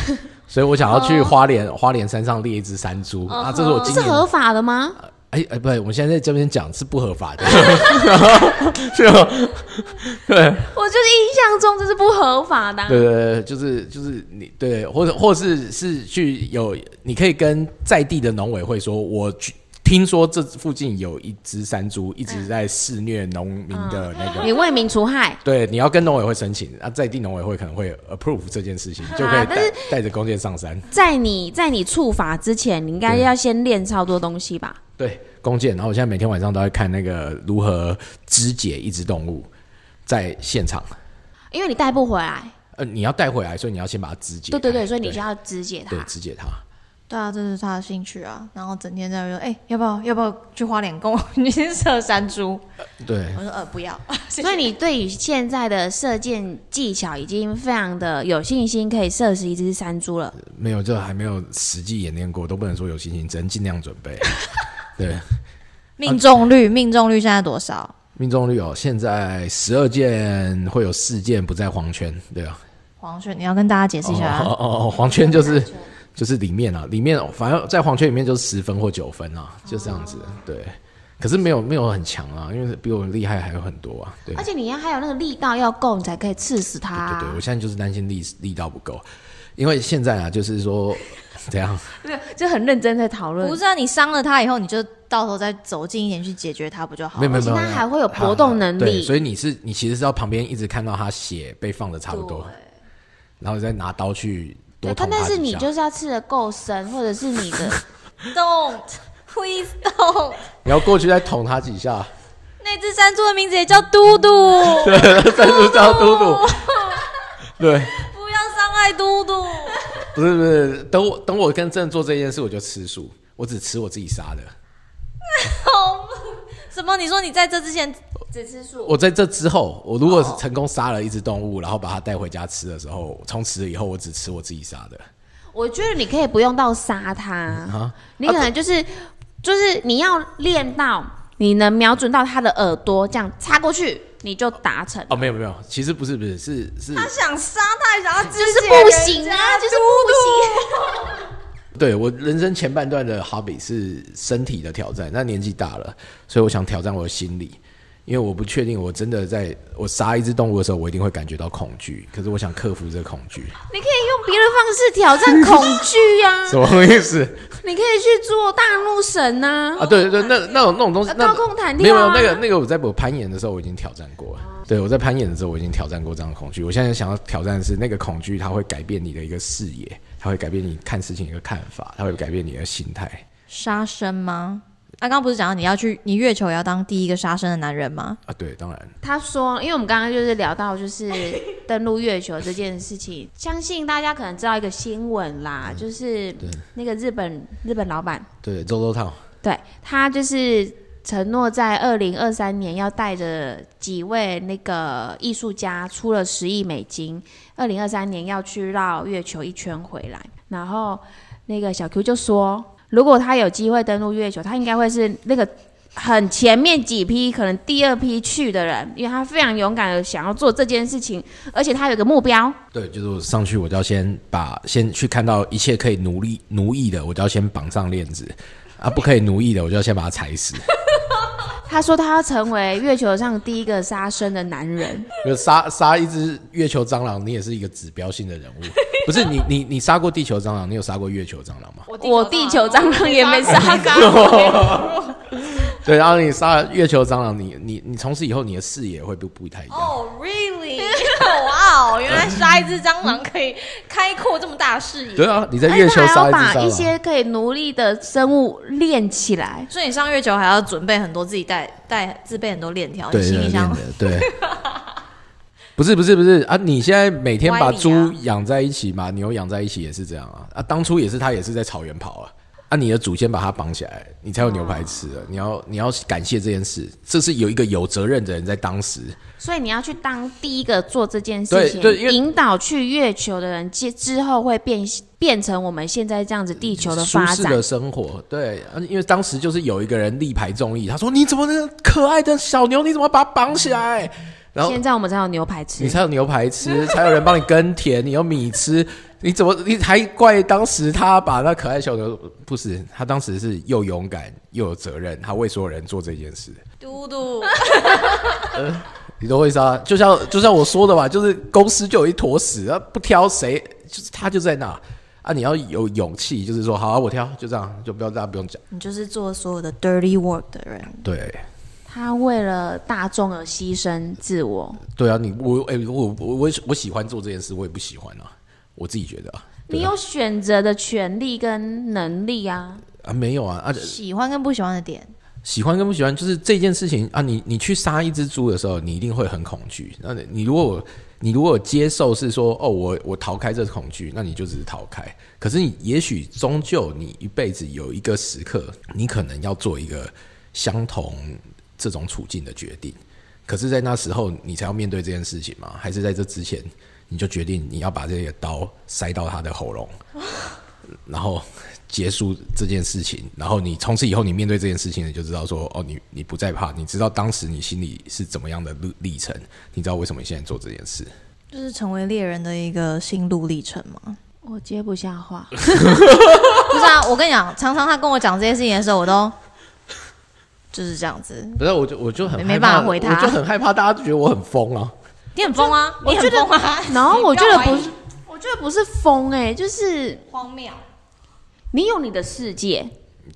D: 所以我想要去花莲花莲山上猎一只山猪啊，这是我
C: 哦这
D: 今
C: 是
D: 年
C: 合法的吗？
D: 哎哎，不对，我现在在这边讲是不合法的， <laughs>
C: <laughs>
D: 是吗？对。
C: 我就是印象中这是不合法的啊、
D: 对对对，就是就是你对，或者或是是去有，你可以跟在地的农委会说，我去听说这附近有一只山猪一
C: 嗯
D: 直在肆虐农民的那个。
C: 你为民除害。
D: 对，你要跟农委会申请，啊，在地农委会可能会 approve 这件事情，就可以
C: 啊但是
D: 带带着弓箭上山。
C: 在你在你触法之前，你应该
D: 对
C: 要先练超多东西吧？
D: 对，弓箭，然后我现在每天晚上都在看那个如何肢解一只动物，在现场。
C: 因为你带不回来，
D: 呃，你要带回来，所以你要先把它肢解开。
C: 对对对，所以你需
D: 对
C: 要肢解它
D: 对。肢解它。
A: 对啊，这是他的兴趣啊。然后整天在那边说，哎、要不要要不要去花莲跟我 <laughs> 你去射山猪？
D: 对
A: 我，说呃不要。 <laughs>
C: 所以你对于现在的射箭技巧已经非常的有信心，可以射死一只山猪了。
D: 没有，这还没有实际演练过，都不能说有信心，只能尽量准备。 <laughs> 对，
A: 命中率、命中率现在多少？
D: 命中率哦，现在十二件会有四件不在黄圈，对啊。
A: 黄轩，你要跟大家解释一下啊、
D: 哦哦哦，黄圈就是就是里面啊，里面哦反正在黄圈里面就是十分或九分啊，就这样子。对，可是没有没有很强啊，因为比我厉害还有很多啊。对，
C: 而且你要还有那个力道要够，你才可以刺死它、
D: 对对，
C: 啊
D: 我。现在就是担心力力道不够，因为现在啊，就是说 <laughs> 怎样，
C: 就很认真在讨论。
A: 不是啊，你伤了他以后，你就到时候再走近一点去解决他，不就好
D: 没
A: 了？
D: 有没有
C: 而
D: 没
C: 且它哦
D: 有，
C: 还会有搏动能
D: 对，
C: 力，
D: 所以你是你其实是要旁边一直看到他血被放的差不多，然后再拿刀去多
C: 对
D: 捅
C: 但
D: 他
C: 但
D: 几
C: 是你
D: 下
C: 就是要刺的够深，或者是你的 <laughs>
A: Don't please don't。
D: 你要过去再捅他几下， <laughs>
A: 那只山猪的名字也叫
C: <laughs>
A: 嘟嘟，不
D: 对，再就叫嘟嘟，对。
A: 要伤害嘟嘟。
D: 不是不是，等我等我跟正做这件事，我就吃素，我只吃我自己杀的。
A: 什么？你说你在这之前
C: 只吃素。
D: 我在这之后，我如果是成功杀了一只动物，然后把它带回家吃的时候，从此以后我只吃我自己杀的。
C: 我觉得你可以不用到杀
D: 啊
C: 它，你可能就是就是你要练到你能瞄准到它的耳朵，这样插过去你就达成。
D: 哦，没有没有，其实不是不是是是，
A: 想杀他，想要
C: 就是不行啊，就是不行。啊
A: <laughs>
D: 对我人生前半段的 hobby 是身体的挑战，那年纪大了，所以我想挑战我的心理。因为我不确定，我真的在我杀一只动物的时候，我一定会感觉到恐惧。可是我想克服这个恐惧，
C: 你可以用别的方式挑战恐惧啊，
D: 什么意思？
C: 你可以去做大怒神呐、
D: 啊，对对对，那那种那种东西，
C: 高
D: 那
C: 空弹跳啊
D: 没有没有那个那个，我在我攀岩的时候我已经挑战过了。对我在攀岩的时候我已经挑战过这样的恐惧。我现在想要挑战的是那个恐惧，它会改变你的一个视野，它会改变你看事情的一个看法，它会改变你的心态。
A: 杀生吗？啊，刚刚不是讲到你要去，你月球也要当第一个杀生的男人吗？
D: 啊，对，当然，
C: 他说，因为我们刚刚就是聊到就是登陆月球这件事情，相信大家可能知道一个新闻啦，就是那个日本日本老板，
D: 对，周周套，
C: 对他就是承诺在二零二三年要带着几位那个艺术家出了十亿美金，二零二三年要去绕月球一圈回来。然后那个小 Q 就说，如果他有机会登陆月球，他应该会是那个。很前面几批，可能第二批去的人，因为他非常勇敢的想要做这件事情，而且他有个目标，
D: 对，就是我上去我就要先把先去看到一切可以奴隶奴役的，我就要先绑上链子。啊，不可以奴役的，我就要先把它
C: <laughs>
D: 踩死。
C: 他说他要成为月球上第一个杀生的男人。
D: 就杀杀一只月球蟑螂，你也是一个指标性的人物。不是你你你杀过地球蟑螂，你有杀过月球蟑螂吗？
C: 我地球蟑螂也没杀
D: 对，然后你杀了月球蟑螂，你你你从此以后你的视野会不不太一样。
A: 哦、r e a l l y 哇哦，原来杀一只蟑螂可以开阔这么大视野。
D: 对啊，你在
C: 而
D: 月
C: 且
D: 球
C: 他哎还要
D: 杀一只
C: 把一
D: 蟑螂，
C: 些可以奴隶的生物练起来。
A: 所以你上月球还要准备很多自己带带自备很多链哦条，你
D: 对
A: 行
D: 对
A: 李
D: 对
A: 箱
D: 对。 <laughs> 不是不是不是啊！你现在每天把
A: 歪理啊
D: 猪养在一起嘛，牛养在一起也是这样啊。啊，当初也是它也是在草原跑啊。啊，你的祖先把它绑起来，你才有牛排吃
A: 哦
D: 啊！你要你要感谢这件事，这是有一个有责任的人在当时。
C: 所以你要去当第一个做这件
D: 对
C: 事情，
D: 对因为
C: 引导去月球的人，之之后会变变成我们现在这样子地球的
D: 舒
C: 发
D: 适
C: 展
D: 嗯的。生活，对，啊因为当时就是有一个人力排众议，他说：“你怎么能可爱的小牛，你怎么把它绑起来？”然后
C: 现在我们才有牛排
D: 你
C: 吃，
D: 才有牛排吃，才有人帮你耕田，你有米吃，你怎么你还怪当时他把那可爱小牛？不是，他当时是又勇敢又有责任，他为所有人做这件事，
A: 嘟嘟，
D: 你都会杀。就像就像我说的嘛，就是公司就有一坨屎，啊，不挑谁，就是他就在那啊，你要有勇气，就是说好、啊，我挑，就这样，就不要大家不用讲，
A: 你就是做所有的 dirty work 的人。
D: 对。
C: 他为了大众而牺牲自我。
D: 对啊，你我哎、我我我我喜欢做这件事，我也不喜欢啊，我自己觉得啊，对
C: 你有选择的权利跟能力啊！
D: 啊没有啊啊
A: 喜欢跟不喜欢的点，
D: 喜欢跟不喜欢，就是这件事情啊。你你去杀一只猪的时候，你一定会很恐惧。那你你如果你如果接受是说哦，我我逃开这恐惧，那你就只是逃开。可是你也许终究你一辈子有一个时刻，你可能要做一个相同这种处境的决定。可是，在那时候你才要面对这件事情吗？还是在这之前你就决定你要把这个刀塞到他的喉咙，然后结束这件事情，然后你从此以后你面对这件事情，你就知道说，哦，你你不再怕，你知道当时你心里是怎么样的历历程，你知道为什么你现在做这件事。
A: 就是成为猎人的一个心路历程嘛。
C: 我接不下
D: <laughs>
C: 话，
A: 不是啊，我跟你讲，常常他跟我讲这些事情的时候，我都就是这样子。
D: 不是，我就我就很
A: 没没办法害怕回他
D: 我就很害怕大家觉得我很疯啊。
A: 你很疯啊，
C: 我
A: 你很
C: 觉得
A: 疯啊，
C: 然后我觉
E: 不要
C: 得
E: 怀疑
C: 不是，我觉得不是疯哎、就是
E: 荒
A: <laughs>
E: 谬。
C: 你有你的世界，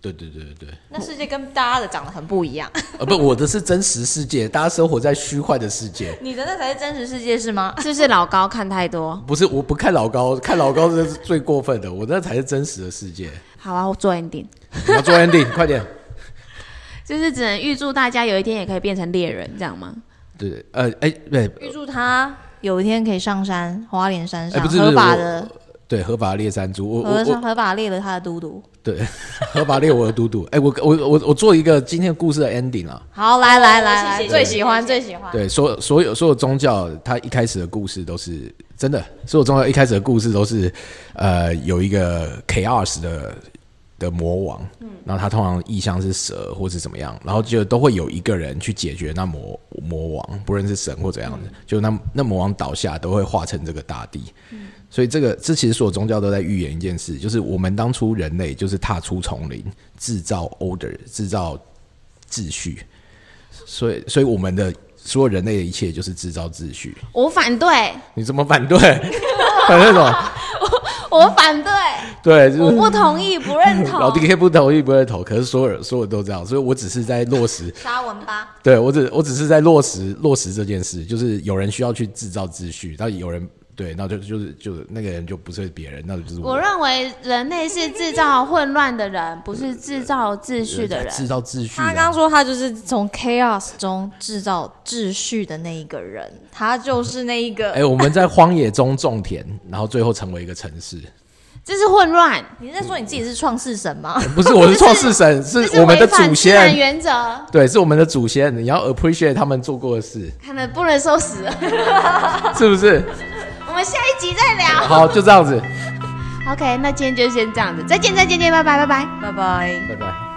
D: 对对对对对，
E: 那世界跟大家的长得很不一样，
D: 呃，不，我的是真实世界，大家生活在虚幻的世界。
A: 你的那才是真实世界是吗？
C: 是不是老高看太多？
D: 不是，我不看老高，看老高这是最过分的，我那才是真实的世界。
C: 好啊，我做 ending，
D: 你要做 ending，快点。
C: 就是只能预祝大家有一天也可以变成猎人，这样吗？
D: 对，呃，哎、对，
A: 预祝他有一天可以上山，花莲山上、
D: 哎不是不是
A: 合法的
D: 对，合法猎山猪，我我
A: 合
D: 我，
A: 合法猎了他的嘟嘟。
D: 对， <laughs> 合法猎我的嘟嘟。哎、我我我我做一个今天故事的 ending 啊。
A: 好，来来来
E: 谢
A: 来，
E: 谢
A: 最
E: 谢
A: 喜
E: 谢
A: 欢
E: 谢
A: 最喜欢。
D: 对，所所有所有宗教，它一开始的故事都是真的，所有宗教一开始的故事都是，呃，有一个 K 二十的的魔王，然后他通常意象是蛇或是怎么样，然后就都会有一个人去解决那魔魔王，不论是神或怎样的，就那那魔王倒下都会化成这个大地。所以这个这其实所有宗教都在预言一件事，就是我们当初人类就是踏出丛林，制造 order，制造秩序。所以，所以我们的所有人类的一切就是制造秩序。
C: 我反对，
D: 你怎么反 <laughs> 对？反对什么？
C: 我反对，
D: 对，就
C: 我
D: 是
C: 不同意，不认同。
D: 老 DK 不同意不会投，可是所有人所有人都这样，所以我只是在
C: <laughs>
D: 落实，
A: 沙文吧，
D: 对我只我只是在落实落实这件事，就是有人需要去制造秩序，那有人对，那就就是就是那个人就不是别人，那就是
C: 我认为人类是制造混乱的人，不是制造秩序的人。
D: 制造秩序、
A: 他
D: 啊。
A: 刚刚说他就是从 chaos 中制造秩序的那一个人，他就是那一个。
D: 哎、我们在荒野中种田，然后最后成为一个城市。
C: 这是混乱，
A: 你在说你自己是创世神吗？
D: 不是，我是创
C: <laughs>
D: 世神，
C: 这
D: 是
C: 是
D: 我们的
C: 违反
D: 祖
C: 自然
D: 先，
C: 原则，
D: <laughs> 对，是我们的祖先。你要 appreciate 他们做过的事，
C: 看能不能收拾。
D: 是不是？
C: <laughs> 我们下一集再聊。
D: 好，就这样子，
C: OK，那今天就先这样子，再见，再见，再见，拜拜，拜拜。
A: 拜拜。
D: 拜拜。